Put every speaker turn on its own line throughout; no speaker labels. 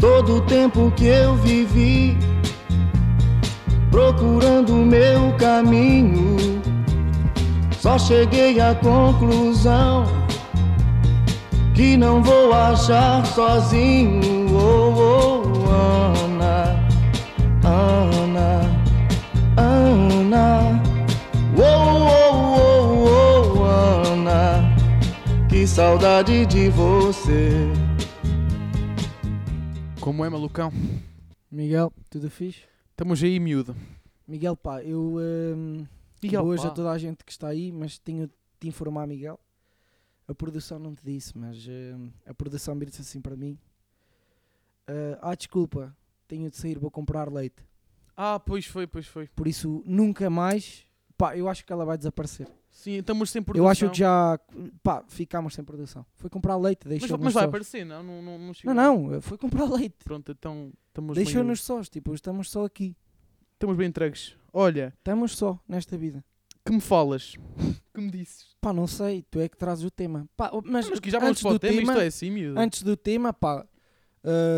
todo o tempo que eu vivi procurando o meu caminho. Só cheguei à conclusão que não vou achar sozinho. Oh, oh, Ana, Ana, Ana. Oh, oh, oh, oh, Ana, que saudade de você.
Como é, malucão?
Miguel, tudo fixe?
Estamos aí, miúdo.
Miguel, pá, eu hum,
Miguel,
hoje
pá.
a toda a gente que está aí, mas tenho de te informar, Miguel. A produção não te disse, mas hum, a produção me disse assim para mim: "Ah, Ah, desculpa, tenho de sair, vou comprar leite.
Ah, pois foi, pois foi.
Por isso, nunca mais. Pá, eu acho que ela vai desaparecer.
Sim, estamos sem produção.
Eu acho que já. Pá, ficámos sem produção. Foi comprar leite,
Mas,
deixou-nos
mas vai
sós.
aparecer, não? Não, não, não chega.
Não, não, foi comprar leite.
Pronto, então estamos bem,
Deixou-nos sós, tipo, estamos só aqui.
estamos bem entregues. Olha,
Estamos só nesta vida.
que me falas? que me disses?
Pá, não sei, tu é que trazes o tema. Pá, mas,
Mas que já vamos
antes
para o
do
tema,
tema,
isto é assim, miúdo.
antes do tema, pá,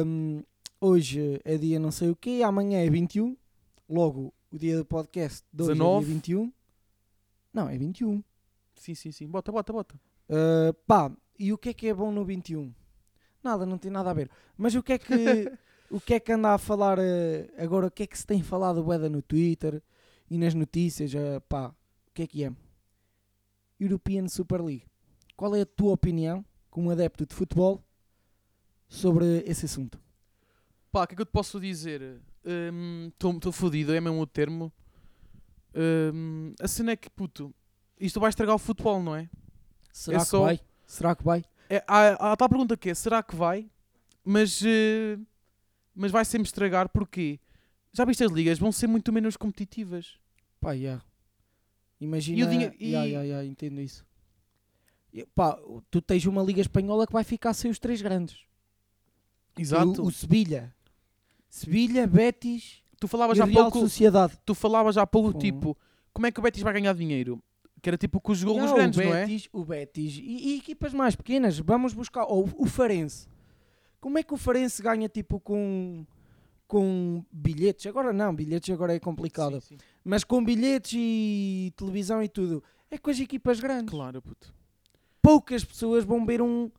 hum, hoje é dia não sei o quê, amanhã é 21, logo o dia do podcast de hoje é
19.
dia 21. Não, é 21.
Sim, sim, sim. Bota, bota, bota.
Uh, pá, e o que é que é bom no 21? Nada, não tem nada a ver. Mas o que é que, o que, é que anda a falar uh, agora? O que é que se tem falado Weda no Twitter e nas notícias? Uh, pá, o que é que é? European Super League. Qual é a tua opinião, como adepto de futebol, sobre esse assunto?
Pá, o que é que eu te posso dizer? Estou fodido, é mesmo o termo. Hum, a cena é que, puto, isto vai estragar o futebol, não é?
Será
É
que
só-
vai? Será que vai?
É, há, há a tal pergunta que é, será que vai? Mas, eh, mas vai sempre estragar, porquê? Já viste as ligas? Vão ser muito menos competitivas.
Pá, yeah. Imagina.
dinhe- e-
yeah, yeah, yeah, entendo isso. E, pá, tu tens uma Liga Espanhola que vai ficar sem os três grandes. O, o Sevilha. Sevilha, Betis
Tu falavas
e
há
o Real
pouco,
Sociedade.
tu falavas há pouco
Pô.
tipo, como é que o Betis vai ganhar dinheiro? Que era tipo com os golos
Não,
grandes,
o
não é?
Betis, O Betis e, e equipas mais pequenas. Vamos buscar. Ou o Farense. Como é que o Farense ganha tipo com, com bilhetes? Agora não, bilhetes agora é complicado.
Sim, sim.
Mas com bilhetes e televisão e tudo. É com as equipas grandes.
Claro, puto.
Poucas pessoas vão ver um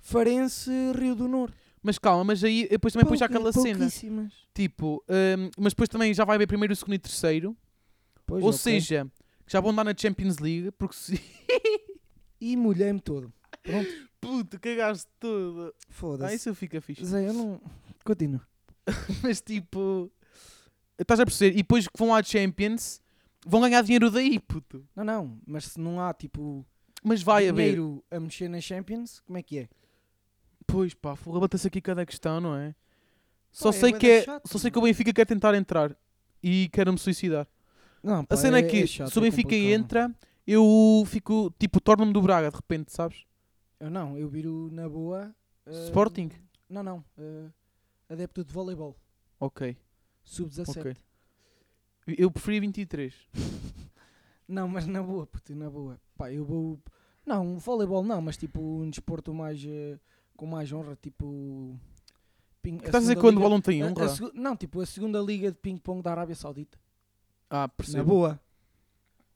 Farense Rio do Norte.
Mas calma, mas aí depois também pus já aquela cena.
Pouquíssimas.
Tipo, hum, mas depois também já vai haver primeiro, segundo e terceiro.
Pois,
Ou
ok.
seja, já vão dar na Champions League, porque se.
E molhei-me todo. Pronto.
Puto, cagaste tudo. Ah,
Foda-se.
isso fica fixe.
Zé, eu não. Continuo.
Mas tipo. Estás a perceber? E depois que vão à Champions, vão ganhar dinheiro daí, puto.
Não, não, mas se não há tipo
Mas vai haver.
dinheiro a mexer na Champions, como é que é?
Pois pá, fogo, bata-se aqui cada questão, não é? Só
é
sei
bué
que
da
é.
chato,
Só sei que o Benfica quer tentar entrar. E quero me suicidar.
Não,
A
pá,
cena é que
chato,
se o
é
Benfica
complicado.
entra, eu fico. Tipo, torno-me do Braga de repente, sabes?
Eu não, eu viro na boa. eh,
Sporting?
Não, não. eh, adepto de voleibol,
Ok.
sub-17.
Ok. Eu preferia 23.
Não, mas na boa, puto, na boa. Pá, eu vou. Não, voleibol não, mas tipo um desporto mais. eh, com mais honra, tipo. Ping...
Que estás a dizer que quando o balão tem um, honra?
Não, tipo é a segunda liga de ping-pong da Arábia Saudita.
Ah,
Na
percebo.
boa.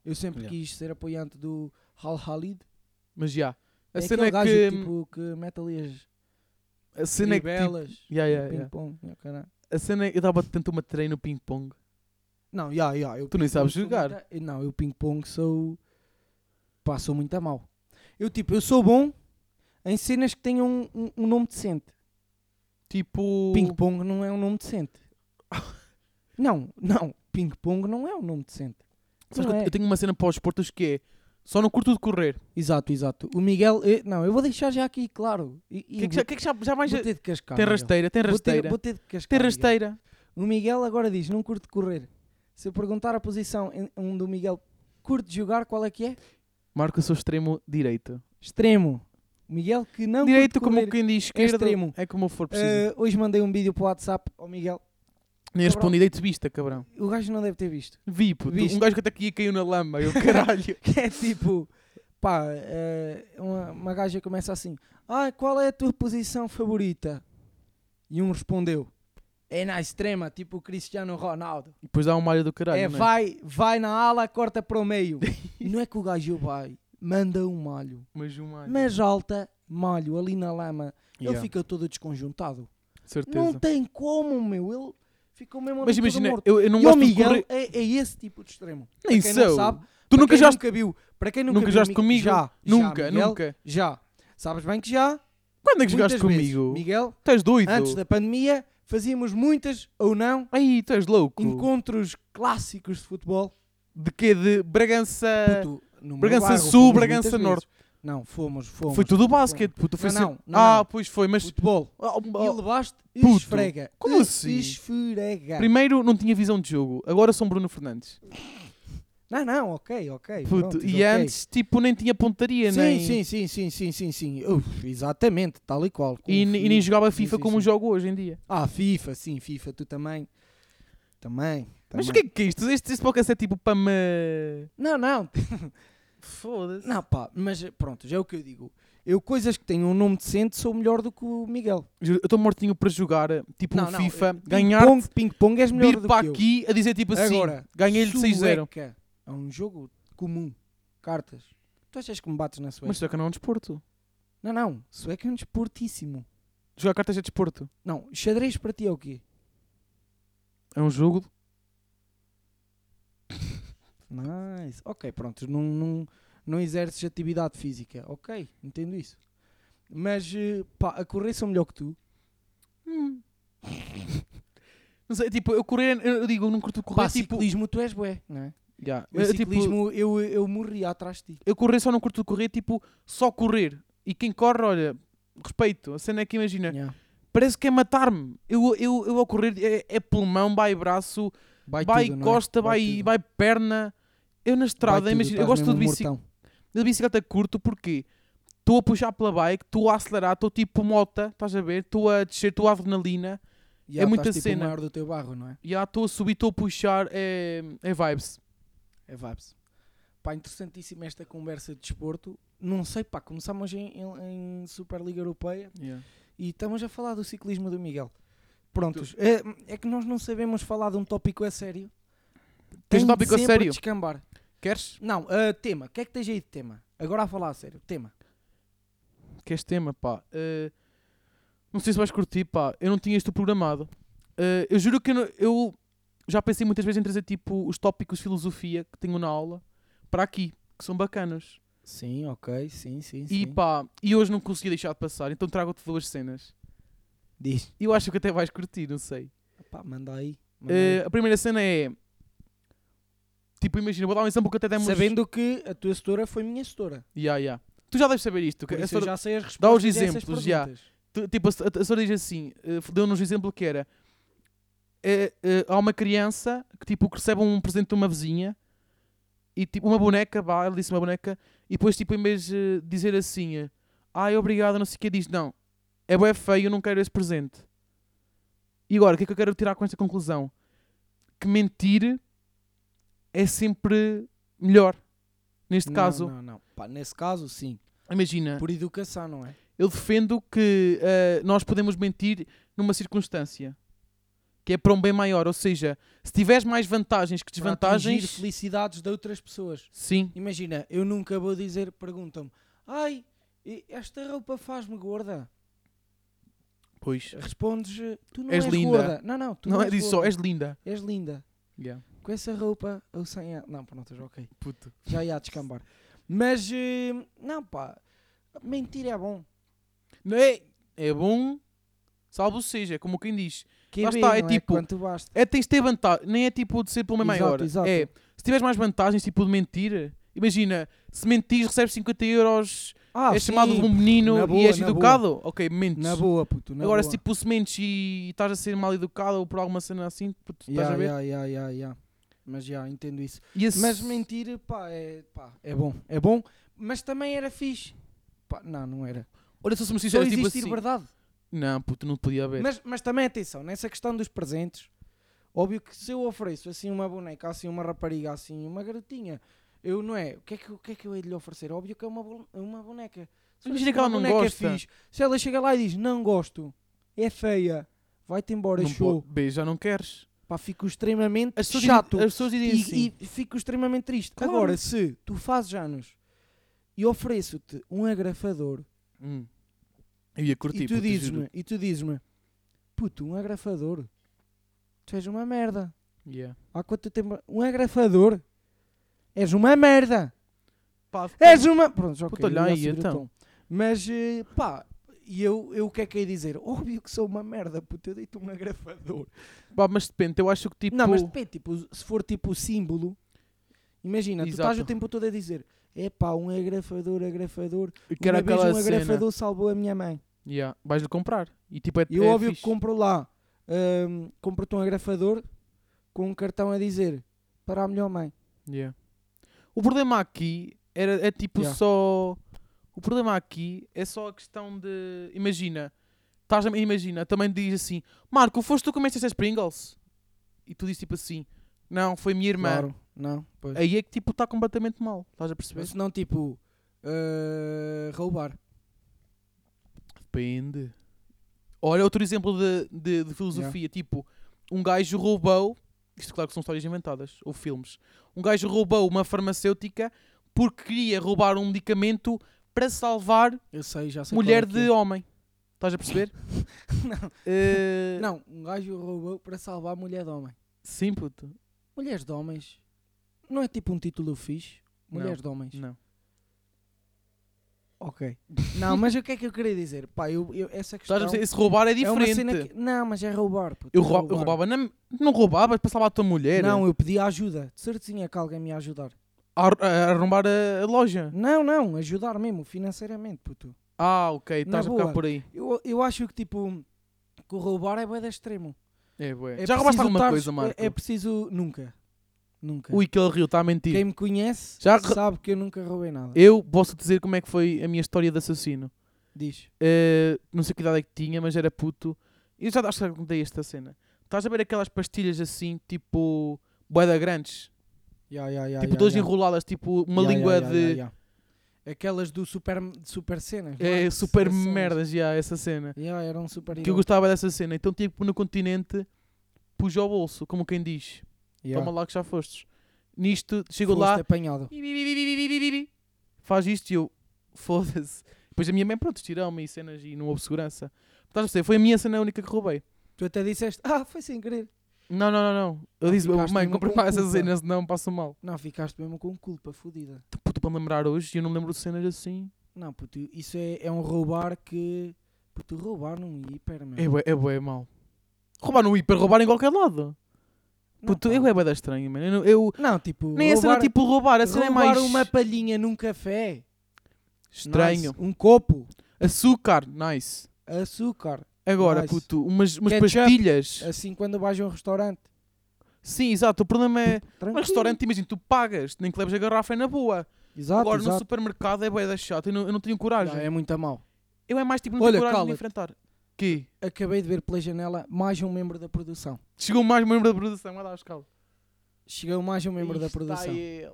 Eu sempre
Yeah.
quis ser apoiante do Al Halid.
Mas já. A
é
cena
aquele
é
gajo
que.
tipo, que mete ali as
A cena é que. tipo-
tribelas,
Ya, ya, ya.
ping-pong. ya, caralho.
A cena é. Eu dava tanto uma treino ping-pong.
Não, ya, ya, eu
Tu nem
ping-pong
sabes
sou
jogar.
muito a- Não, eu ping-pong sou... Pá, sou muito a mal. Eu tipo, eu sou bom em cenas que tenham um, um- um nome decente.
Tipo.
Ping-pong não é um nome decente. não, não. Ping-pong não é um nome decente.
Sabes
Não
que eu-
é.
eu tenho uma cena para os portos que é só não curto de correr.
Exato, exato. O Miguel... eh, não, eu vou deixar já aqui, claro.
O
E, e
que é que já, que é que já, já mais.
vou ter de cascar,
Tem
Miguel.
rasteira, tem
Vou ter-
rasteira.
Vou ter de cascar,
Tem
Miguel.
rasteira.
O Miguel agora diz, não curto correr. Se eu perguntar a posição em- um do Miguel, curte jogar, qual é que é?
Marco, eu sou extremo direito.
Extremo. O Miguel que não
direito,
curte
como é
correr.
quem diz esquerda,
extremo.
é como for preciso.
Eh, hoje mandei um vídeo para o WhatsApp ao Miguel.
Nem respondi direito de vista, cabrão.
O gajo não deve ter visto.
Vi, puto.
Viste?
Um gajo que até aqui caiu na lama. Eu, caralho.
Que é tipo, pá, eh, uma, uma gaja começa assim, ah, qual é a tua posição favorita? E um respondeu: é na extrema, tipo o Cristiano Ronaldo.
E depois dá uma malha do caralho.
é,
não
vai, vai na ala, corta para o meio. e não é que o gajo vai, manda um malho.
Mas uma
Mas alta, malho, ali na lama.
Yeah,
Ele fica todo desconjuntado.
de certeza.
Não tem como, meu. Ele ficou mesmo
Mas
ali todo
imagina,
morto.
eu, eu não
e o
gosto de
Miguel
correr.
é, é esse tipo de extremo.
Nem
para quem
sou.
não sabe,
Tu
para
nunca
quem
jogaste
nunca viu, para quem nunca,
nunca
viu,
jogaste
Miguel-
comigo?
já, já,
nunca,
Miguel,
nunca.
já. Sabes bem que já.
Quando é que jogaste
muitas vezes.
comigo?
Miguel,
Tu és doido?
antes da pandemia, fazíamos muitas ou não
Ai, tu és louco.
encontros clássicos de futebol.
De quê? De Bragança.
Puto, no meu
Eh, Bragança
bairro,
Sul,
fomos
Bragança
muitas
Norte.
vezes. Não, fomos, fomos.
Foi tudo
fomos.
basquete, puto. Foi
Não,
ser-
não, não,
ah,
não.
pois foi, mas.
Futebol.
Oh,
E
oh,
levaste
Puto,
esfrega.
como assim?
Esfrega.
Primeiro não tinha visão de jogo, agora sou Bruno Fernandes.
Não, não, ok, ok.
Puto,
pronto, então,
e
ok.
antes, tipo, nem tinha pontaria,
Sim,
nem.
sim, sim, sim, sim, sim, sim. Uf, exatamente, tal e qual. Com
E,
o
ne- e
fio.
nem jogava
Sim,
FIFA
sim,
como
sim.
jogo hoje em dia.
Ah, FIFA, sim, FIFA, tu também. Também.
Mas o que
também.
é que é isto? Este, este podcast é tipo para me.
Não, não,
Foda-se.
não, pá, mas pronto, já é o que eu digo. Eu, coisas que tenham um nome decente, sou melhor do que o Miguel.
Juro, Eu estou mortinho para jogar, tipo,
Não,
um
não, eh,
FIFA, ganhar,
Ping-pong, ping-pong és melhor
vir
do
para
que eu.
aqui a dizer tipo assim:
Agora,
ganhei-lhe de 6-0.
sueca É um jogo comum. Cartas. Tu achas que me bates na sueca?
Mas isso é que não é um desporto.
Não, não. Sueca é um desportíssimo.
Jogar cartas é desporto.
Não, xadrez para ti é o quê?
É um jogo.
Nice. Ok, pronto. Não, não, não exerces atividade física. Ok, entendo isso. Mas, eh, pá, a correr sou melhor que tu.
Hum. Não sei, tipo, eu correr, eu digo, eu não curto correr,
Pá,
tipo.
ciclismo tu és bué, não é?
Yeah,
Eu,
eu, tipo,
ciclismo, eu, eu morri atrás de ti.
eu correr só não curto correr, tipo, só correr. E quem corre, olha, respeito. A cena é que imagina,
Yeah.
parece que é matar-me. Eu, eu, eu a correr é, é pulmão, vai braço,
Vai,
vai
tudo, não é?
costa, vai,
tudo.
vai perna. Eu na estrada,
Vai tudo,
imagina, eu
estás
gosto de
mesmo
bicicleta.
mortão.
de bicicleta curto porque estou a puxar pela bike, estou a acelerar, estou tipo mota, estás a ver? Estou a descer, estou a adrenalina,
Yeah,
É muita
estás, tipo,
cena.
o maior do teu barro, não é?
e já estou a subir, estou a puxar, é, é vibes.
É vibes. Pá, interessantíssima esta conversa de desporto. Não sei, pá, começámos em, em, em Superliga Europeia e estamos a falar do ciclismo do Miguel. Prontos, é, é que nós não sabemos falar de um tópico a sério.
Tens
Tem
um tópico a
sempre
sério?
descambar.
Queres?
Não, ah, tema. O que é que tens aí de tema? Agora a falar a sério. Tema.
Queres tema, pá? Eh, não sei se vais curtir, pá. Eu não tinha isto programado. Eh, eu juro que eu, não- eu já pensei muitas vezes em trazer tipo os tópicos de filosofia que tenho na aula para aqui, que são bacanas.
Sim, ok. Sim, sim,
E pá, e hoje não consegui deixar de passar, então trago-te duas cenas.
Diz.
Eu acho que até vais curtir, não sei.
Pá, manda aí. manda aí.
Eh, a primeira cena é. Tipo, imagina, vou dar um exemplo que até demos.
Sabendo que a tua setora foi minha setora.
Ya, ya. Tu já deves saber isto. que
Por
a
isso eu
senhora-
já sei as respostas.
Dá os
a essas
exemplos, já.
perguntas.
tu- tipo, a se- a senhora diz assim: eh, deu-nos um exemplo que era. eh, eh, há uma criança que tipo, que recebe um presente de uma vizinha e tipo, uma boneca, vá, ele disse uma boneca, e depois, tipo, em vez de dizer assim: eh, ai, obrigado, não sei o que, diz: não, é bué feio, eu não quero esse presente. E agora, o que é que eu quero tirar com esta conclusão? Que mentir é sempre melhor. Neste
Não,
caso,
Não, não. Pá, nesse caso, sim.
imagina.
Por educação, não é?
Eu defendo que eh, nós podemos mentir numa circunstância que é para um bem maior. Ou seja, se tiveres mais vantagens que
Para atingir
desvantagens,
felicidades de outras pessoas.
sim,
Imagina, eu nunca vou dizer, perguntam-me, ai, e- esta roupa faz-me gorda.
pois.
Respondes, tu não
És
és,
linda.
gorda. Não, não, tu
não é
és
disso só,
gorda.
és linda.
És linda. Com essa roupa, eu sem ela. Não, pronto, já ok.
Puto.
Já ia a descambar. Mas, eh, não, pá, mentir é bom.
Não é, é bom, salvo seja, como quem diz.
Que
Lá está, é tipo-
quanto basta.
É tens de ter vantagem, nem é tipo de ser pelo bem
Exato,
maior.
exato.
É, se tiveres mais vantagens, tipo de mentir, imagina, se mentires recebes 50 euros,
Ah,
és
sim,
chamado de um menino
na boa,
e és
na boa.
educado, ok, mentes.
Na boa, puto, na
Agora,
boa.
se tipo se mentes e estás a ser mal educado ou por alguma cena assim, puto, estás
Yeah,
a ver?
yeah, yeah, yeah, yeah. Mas já, entendo isso.
E esse-
Mas mentir, pá, é, pá, é bom, é bom, mas também era fixe. Pá, não, não era.
Olha, se somos
Só
sinceros, tipo
existe
assim.
verdade.
Não, puto, não podia haver.
Mas, mas também atenção, nessa questão dos presentes, óbvio que se eu ofereço assim uma boneca, assim uma rapariga, assim uma garotinha, eu não é, o que é que, o que, é que eu hei de lhe oferecer? Óbvio que é uma, bo- uma boneca. é Se eu
Imagina
ofereço
que ela
uma
não
boneca
gosta.
fixe, se ela chega lá e diz, não gosto, é feia, vai-te embora,
Não
show.
po- B, já não queres.
Pá, fico extremamente
As pessoas,
chato.
Dizem, as pessoas dizem assim.
e, e fico extremamente triste.
Claro.
Agora, se tu fazes anos e ofereço-te um agrafador
Hum. Eu ia curtir,
e tu
puto,
dizes-me,
juro.
e tu dizes-me, puto, um agrafador, tu és uma merda.
Yeah.
Há quanto tempo? Um agrafador, és uma merda.
Pá,
És uma. Pronto, já
Puta,
okay,
olha
eu ia
aí,
subir o
então.
tom. Mas, eh, pá, e eu, eu o que é que hei dizer? Óbvio que sou uma merda, puto, eu dei-te um agrafador.
pá, mas depende, eu acho que tipo.
Não, mas depende, tipo, se for tipo o símbolo, imagina, tu
Exato.
estás o tempo todo a dizer, é pá, um agrafador, agrafador,
eu quero
uma vez
aquela
um
cena.
agrafador salvou a minha mãe.
Yeah. Vais-lhe comprar. E tipo, é,
E eu
é
óbvio
fixe.
que compro lá, hum, compro-te um agrafador com um cartão a dizer, para a melhor mãe.
Yeah. O problema aqui era, é tipo
Yeah.
só. O problema aqui é só a questão de. Imagina, estás a, imagina, também diz assim: Marco, foste tu que comeste estas Pringles? E tu dizes tipo assim: Não, foi minha irmã.
Claro, não, pois.
Aí é que tipo está completamente mal, estás a perceber?
Se não, tipo, eh, roubar.
Depende. Olha, outro exemplo de, de, de filosofia, tipo, um gajo roubou, isto claro que são histórias inventadas, ou filmes, um gajo roubou uma farmacêutica porque queria roubar um medicamento para salvar
Eu sei, já sei.
mulher
qual é
de homem. Estás a perceber?
Não.
Eh,
que é. Não, um gajo roubou para salvar a mulher de homem.
Sim, puto.
Mulheres de homens. Não é tipo um título fixe? Mulheres de homens.
Não.
Ok. Não, mas o que é que eu queria dizer? Pá, eu, eu- essa questão...
Estás a perceber? Esse roubar é
é uma
diferente.
cena que- Não, mas é roubar. puto,
eu,
é
rou- eu roubava na... Não roubavas para salvar a tua mulher?
Não, eu pedi ajuda. De certinha que alguém me ia ajudar.
A, ar- a arrombar a, a loja?
Não, não, ajudar mesmo, financeiramente, puto.
Ah, ok. Estás a
Na
ficar
boa.
por aí.
Eu, eu acho que, tipo, que o roubar é bué de extremo.
É, bué.
É
Já roubaste
preciso
alguma
tares-
coisa, Marco?
É, é preciso... Nunca. Nunca.
Ui, que ele riu, está a mentir.
Quem me conhece
Já re-
sabe que eu nunca roubei nada.
Eu posso dizer como é que foi a minha história de assassino.
Diz.
Eh, não sei que idade é que tinha, mas era puto. Eu já acho que já contei esta cena. Estás a ver aquelas pastilhas assim, tipo. Boeda grandes.
Ya, ya, ya,
tipo,
ya,
duas
ya.
enroladas, tipo uma
Ya, ya,
língua
ya,
de.
ya, ya. Aquelas do super, de super cenas. não
É
De
super
cenas.
merdas, já, essa cena.
Ya, era um super
Que eu gostava dessa cena. Então, tipo, no continente, pus ao bolso, como quem diz. Toma lá que já fostes. Nisto, chego lá.
apanhado.
Bi, bi, bi, bi, bi, bi, bi, bi, bi. Faz isto e eu, foda-se. Depois a minha mãe, pronto, tirou-me e cenas e não houve segurança. Estás a perceber? Foi a minha cena a única que roubei.
Tu até disseste, ah, foi sem querer.
Não, não, não, não. Eu disse,
ficaste
mãe,
mesmo
compra
com
mais essa
culpa.
cena, senão passo mal.
Não, ficaste mesmo com um culpa fodida.
Tô Puto, para me lembrar hoje, eu não me lembro de cenas assim.
Não, puto, isso é, é um roubar que... Puto, roubar num hiper, meu.
É bué, é bué, mal. Roubar no hiper, roubar em qualquer lado.
Não,
Puto,
pá.
eu é bué da estranho, mano. Eu, não- eu-
Não, tipo,
nem a cena
roubar,
tipo roubar, a cena é
roubar
mais
uma palhinha num café.
estranho.
Nice. Um copo.
Açúcar, nice.
Açúcar.
Agora,
Nice.
puto, umas, umas
Ketchup.
pastilhas.
Assim quando vais a um restaurante.
Sim, exato. O problema é.
Tranquilo.
Mas restaurante, imagina, tu pagas, nem que leves a garrafa é na boa.
Exato,
Agora no
exato.
supermercado é bué da chata, eu não, eu não tenho coragem.
Não, é muito a mal.
Eu é mais tipo, não tenho
Olha,
coragem de
cala-te.
enfrentar. Que?
acabei de ver pela janela mais um membro da produção.
Chegou mais um membro da produção, vai lá escala.
Chegou mais um membro da produção.
Está é ele.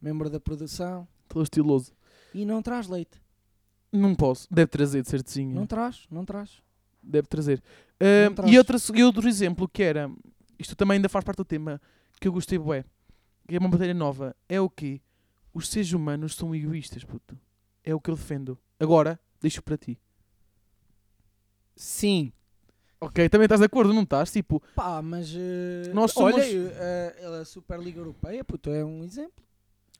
Membro da produção.
Estou estiloso.
E não traz leite.
Não posso, deve trazer de certinho.
Não traz, não traz.
Deve trazer. Ah,
Não traz.
e, outra, e outro exemplo que era, isto também ainda faz parte do tema, que eu gostei bué, que é uma matéria nova, é o quê? Os seres humanos são egoístas, puto. É o que eu defendo. Agora, deixo para ti.
Sim.
Ok, também estás de acordo, não estás? Tipo,
Pá, mas. eh,
Nós somos-
Olha, eh, a, a Superliga Europeia, puto, é um exemplo.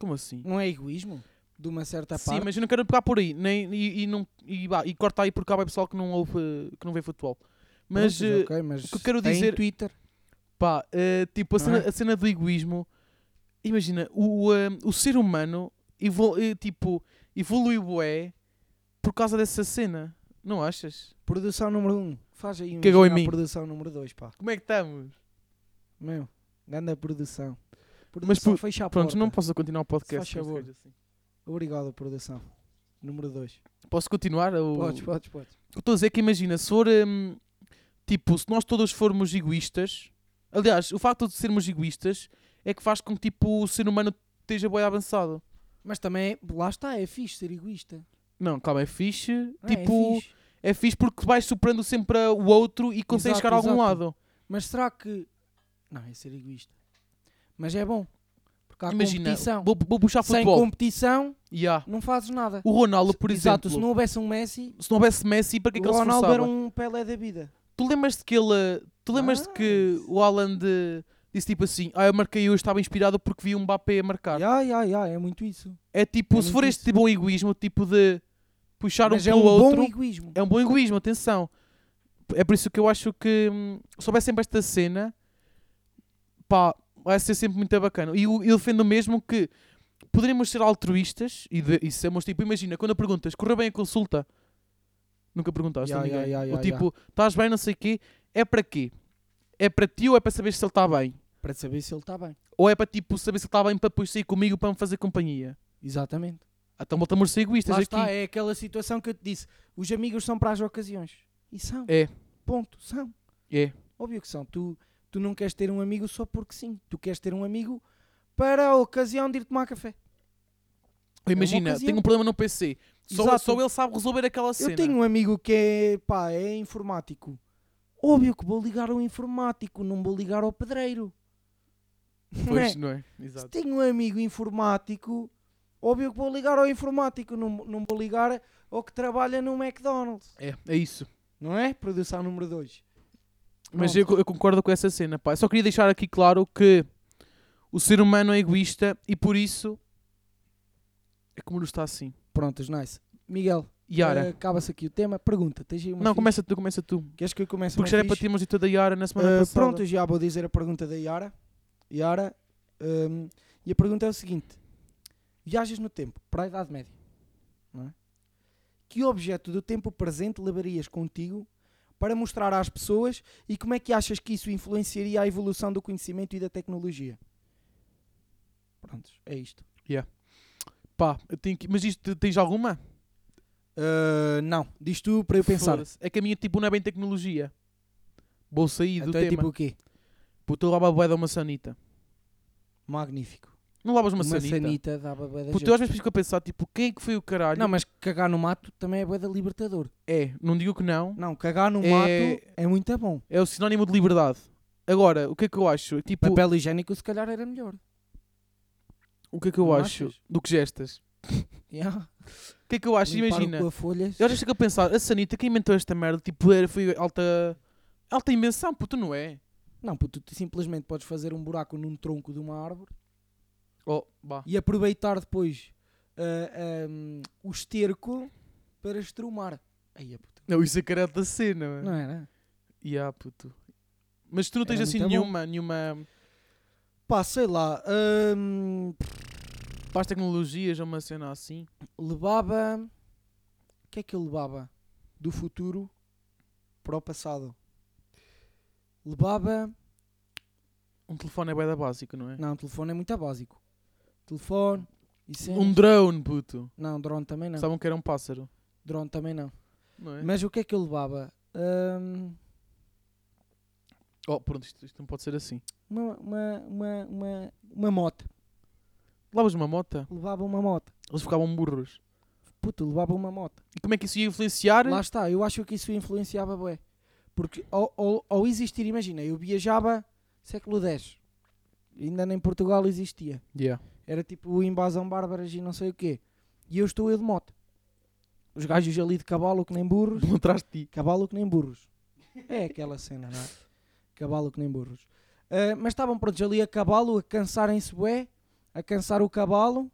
Como assim?
Não é egoísmo? De uma certa
Sim,
parte.
mas eu não quero pegar por aí. Nem, e, e não, e, vá, e corta aí porque há bem pessoal que não, ouve, que não vê futebol. Mas,
Prontos,
eh,
ok, mas
o que eu quero
tem
dizer-
Twitter.
pá, eh, tipo, a
Não
cena,
é?
a cena do egoísmo. Imagina, o, eh, o ser humano evol, eh, tipo, evoluiu é por causa dessa cena. Não achas?
Produção número 1. Um. Faz aí um
Cagou em
giro à
mim.
produção número 2, pá.
Como é que estamos?
Meu, grande produção. produção
Mas, puto,
fecha a
Pronto,
porta.
não posso continuar o podcast.
Se faz favor.
mas assim.
Obrigado, produção. Número 2.
Posso continuar? Ou...
Podes, podes, podes.
O que eu estou a dizer é que imagina, se for hum, tipo, se nós todos formos egoístas, aliás, o facto de sermos egoístas é que faz com que tipo, o ser humano esteja bem avançado.
Mas também, lá está, é fixe ser egoísta.
Não, calma, é fixe.
Não é? É
tipo,
fixe.
é fixe porque vais superando sempre a- o outro e consegues
Exato,
chegar a algum
exato.
lado.
Mas será que. Não, é ser egoísta. Mas é bom. Porque há
Imagina,
competição.
vou, vou puxar
Sem
futebol.
competição,
Yeah.
não fazes nada.
O Ronaldo, por
Exato, se
exemplo,
não houvesse um Messi,
se não houvesse Messi, para que é que
o
ele se
Ronaldo
forçava?
era um Pelé da vida.
Tu lembras-te que ele. Tu lembras-te que
Nice.
o Alan de- disse tipo assim: Ah, eu marquei hoje, estava inspirado porque vi um Mbappé a marcar.
Ya, ya, ya, é muito isso.
É tipo,
É
se
muito
for este
isso.
tipo um egoísmo, tipo de puxar
Mas
um
é
pelo
um
outro,
bom egoísmo.
é um bom egoísmo, atenção. É por isso que eu acho que hum, se houver sempre esta cena, pá, vai ser sempre muito bacana. E eu, eu defendo mesmo que poderíamos ser altruístas e, de, e sermos tipo, imagina, quando perguntas, correu bem a consulta? Nunca perguntaste a
Ya,
ninguém.
ya,
Ou
ya, ya,
tipo, estás bem, não sei o quê, é para quê? É para ti ou é para saber se ele está bem?
Para saber se ele está bem.
Ou é para tipo saber se ele está bem para depois sair comigo para me fazer companhia?
Exatamente.
Então voltamos a ser egoístas
Lá
aqui.
está, é aquela situação que eu te disse. Os amigos são para as ocasiões. E são.
É.
Ponto. São.
É.
Óbvio que são. Tu, tu não queres ter um amigo só porque sim. Tu queres ter um amigo para a ocasião de ir tomar café.
Ou Imagina,
ocasião.
tenho um problema no PC. Só,
Exato.
só ele sabe resolver aquela cena.
Eu tenho um amigo que é, pá, é informático. Óbvio que vou ligar ao informático, não vou ligar ao pedreiro. Não é?
Pois, não é?
Se
Exato.
tenho um amigo informático, óbvio que vou ligar ao informático, não, não vou ligar ao que trabalha no McDonald's.
É, é isso.
Não é? Produção número 2.
Mas eu, eu concordo com essa cena, pá. Eu Só queria deixar aqui claro que o ser humano é egoísta e por isso é como nos está assim.
Prontos, nice. Miguel, eh,
Yara.
acaba-se aqui o tema. Pergunta, tens aí uma
não,
fixe?
começa tu, começa tu.
Queres que eu comece
Porque
uma
já era para
é fixe?
termos dito da Yara na semana
Eh,
passada.
Pronto, já vou dizer a pergunta da Yara. Yara, ehm, e a pergunta é o seguinte: Viajas no tempo para a Idade Média, não é? Que objeto do tempo presente levarias contigo para mostrar às pessoas e como é que achas que isso influenciaria a evolução do conhecimento e da tecnologia? Prontos, é isto.
Pá, eu tenho que... mas isto tens alguma?
Eh, não, diz tu para eu pensar.
Foda-se. É que a minha tipo não é bem tecnologia. Vou sair do
Então é
tema.
tipo o quê?
Puto, eu lavo a boeda uma sanita.
Magnífico.
Não lavas uma,
Uma
sanita?
sanita dava bué da
Puto, eu
jeito.
às vezes fico a pensar, tipo, quem é que foi o caralho?
Não, mas cagar no mato também é bué da libertador.
É, não digo que não.
Não, cagar no
É-
mato é muito bom.
É o sinónimo de liberdade. Agora, o que é que eu acho? Tipo,
Papel higiênico se calhar era melhor.
o que é que eu
Não
acho
achas?
do que gestas?
Yeah.
O que é que eu acho?
Limpar o
Imagina.
cu a folhas.
Eu já chego a pensar, a Sanita, quem inventou esta merda? Tipo, era, foi alta. Alta invenção, puto, não é?
Não, puto, tu simplesmente podes fazer um buraco num tronco de uma árvore
Oh, bah.
e aproveitar depois ah, ahm, o esterco para estrumar. Aí é puto.
Não, isso é cara da cena, mano.
Não era?
Yeah, puto. Mas tu não tens
Era
assim
muito bom.
nenhuma, nenhuma.
Pá, sei lá. ahm,
Para as tecnologias, ou uma cena assim.
levava. O que é que eu levava? Do futuro para o passado. Levava.
Um telefone é bué da básico, não é?
Não, telefone é muito básico. Telefone. é E cenas.
Um drone, puto.
Não, drone também não.
Pensavam que era um pássaro,
Drone também não.
não é?
Mas o que é que eu levava? Hum, Ahm,
Oh, pronto, isto, isto não pode ser assim.
uma, uma, uma, uma, uma moto.
Lavas uma mota,
Levava uma moto.
eles ficavam burros.
Puto, levava uma moto.
E como é que isso ia influenciar?
Lá está, eu acho que isso influenciava bué. Porque ao, ao, ao existir, imagina, eu viajava século X. Ainda nem Portugal existia.
Yeah.
Era tipo invasão bárbaras e não sei o quê. E eu estou eu de moto. Os gajos ali de cavalo que nem burros.
Não atrás de ti.
Cavalo que nem burros. É aquela cena, não é? Cavalo que nem burros. Ah, mas estavam prontos ali a cavalo, a cansarem-se bué, a cansar o cavalo,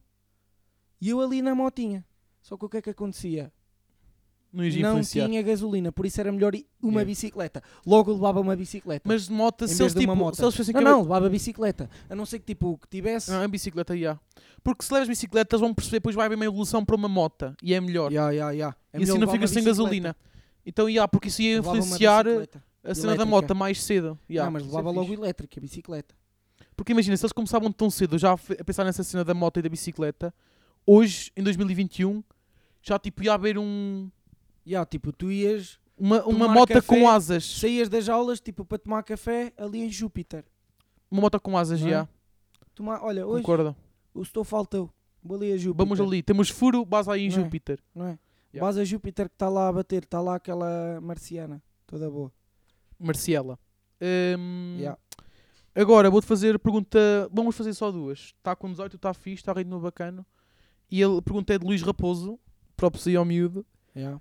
e eu ali na motinha. Só que o que é que acontecia?
Não ias
Não
influenciar.
tinha gasolina, por isso era melhor i- uma
Yeah.
bicicleta. Logo levava uma bicicleta.
Mas de mota,
Em
se
vez
eles,
de uma
tipo,
moto.
se eles fossem
não,
cada-
não, levava bicicleta. A não ser que tipo, que tivesse...
Não, é bicicleta, já. Porque se levas bicicleta, eles vão perceber, depois vai haver uma evolução para uma mota. E é melhor.
Ya, ya, ya. É
e assim
melhor
não
levar
ficas
uma
sem
bicicleta.
gasolina. Então, já, porque isso ia
Levava uma
influenciar
bicicleta.
a cena
elétrica.
da mota mais cedo. já.
não, mas
Isso é
levava
fixe.
logo elétrica, a bicicleta.
Porque imagina, se eles começavam tão cedo já a fe- a pensar nessa cena da moto e da bicicleta, hoje, em 2021, já tipo ia haver um,
Ya, tipo, tu ias...
uma, uma
Tomar
moto
café,
com asas.
Saías das aulas, tipo, para tomar café ali em Júpiter.
Uma moto com asas,
Não
já.
é? Tomar, olha, hoje
Concordo.
o estou faltou. Vou ali a Júpiter.
Vamos ali, temos furo, base aí em
Não é?
Júpiter.
Não é?
Yeah.
Base a Júpiter que está lá a bater, está lá aquela marciana, toda boa.
Marciela. Hum,
Yeah.
Agora vou-te fazer pergunta. Vamos fazer só duas. Está com 18, está fixe, está rindo no bacano. E ele pergunta é de Luís Raposo, próprio aí ao miúdo.
Yeah.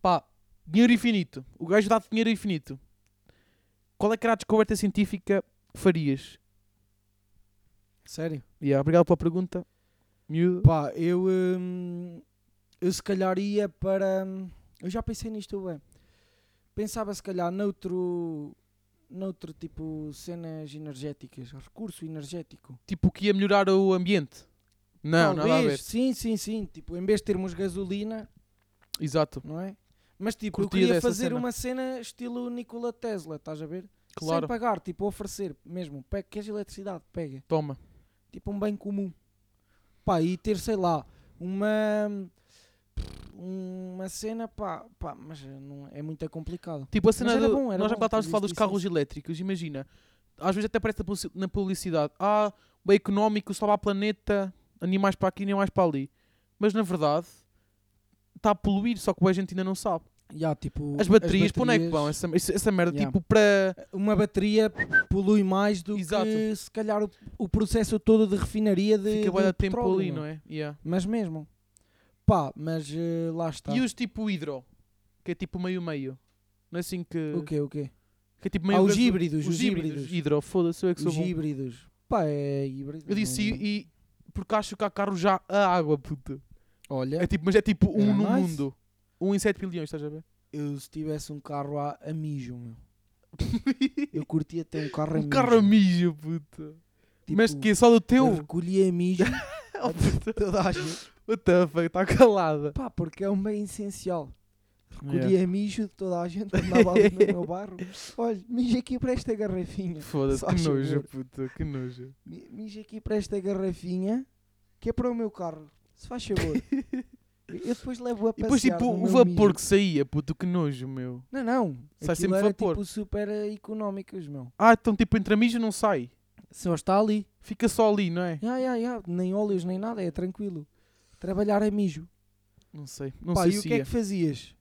Pá, dinheiro infinito. O gajo dá dinheiro infinito. Qual é que era a descoberta científica que farias?
Sério?
Yeah, obrigado pela pergunta, miúdo.
Pá, eu, hum, eu se calhar ia para. hum, Eu já pensei nisto bem. Pensava se calhar noutro. noutro tipo cenas energéticas, recurso energético.
Tipo, que ia melhorar o ambiente. Não, nada a
Talvez,
ver.
Sim, sim, sim. Tipo, em vez de termos gasolina,
Exato,
não é? Mas tipo,
Curtia
eu queria
dessa
fazer
cena.
uma cena estilo Nikola Tesla, estás a ver?
claro.
Sem pagar, tipo, oferecer mesmo. Pega, queres eletricidade? Pega.
Toma.
tipo um bem comum. Pá, e ter, sei lá, uma uma cena, pá, pá mas não, é muito complicado.
Tipo, a cena
era
do-
bom, era
Nós já
bom,
estávamos a falar
existe
dos
isso.
carros elétricos, imagina. Às vezes até aparece na publici- na publicidade. Ah, bem económico, salvar o planeta, animais para aqui, animais para ali. Mas na verdade, está a poluir, só que a gente ainda não sabe.
Já, tipo,
As baterias, para onde é que vão? Essa, essa- essa merda,
Yeah.
tipo, para.
é Uma bateria polui mais do
Exato.
que se calhar o, o processo todo de refinaria de
Fica
de
bem a tempo
petróleo,
ali,
meu.
não é? Yeah.
Mas mesmo. Pá, mas eh, lá está.
E os tipo hidro, que é tipo meio-meio. Não é assim que.
O quê, o quê?
que é tipo meio
Ah, os
gaso-
híbridos,
Os híbridos. Hidro, foda-se, eu é que sou
Os
bom.
híbridos. Pá, é híbrido.
Eu disse
não-
e. e- Porque acho que há carros já a água, puta.
Olha,
É tipo, mas é tipo um
Era
no
nice.
mundo. Um em 7 bilhões, estás a ver?
eu se tivesse um carro a, a mijo, meu. Eu curtia ter um carro a
um
mijo.
carro a mijo, puta.
Tipo,
mas que é só do teu?
Eu recolhia mijo
Oh, puta.
toda a gente.
What the fuck, está calada.
Pá, porque é um bem essencial. Recolhia
Yeah.
mijo de toda a gente que andava ali no meu bairro. Olha, mijo aqui para esta garrafinha.
Foda-se,
Só
que
acho
nojo,
horror.
puta, que nojo.
Mi- Mijo aqui para esta garrafinha que é para o meu carro. Se faz favor. Eu depois levo a
E
passear
depois, tipo,
no
o
meu
vapor
mijo.
que saía, puto, que nojo, meu.
Não, não.
Sai
Aquilo
sempre
era,
vapor.
tipo super eh, económicos, meu.
Ah, então, tipo, entre a mijo não sai.
Só está ali.
Fica só ali, não é?
Ya, ya, ya. Nem óleos, nem nada. É tranquilo. Trabalhar a mijo.
Não sei, não
Pá,
sei
e o
se
que é
ia.
que fazias?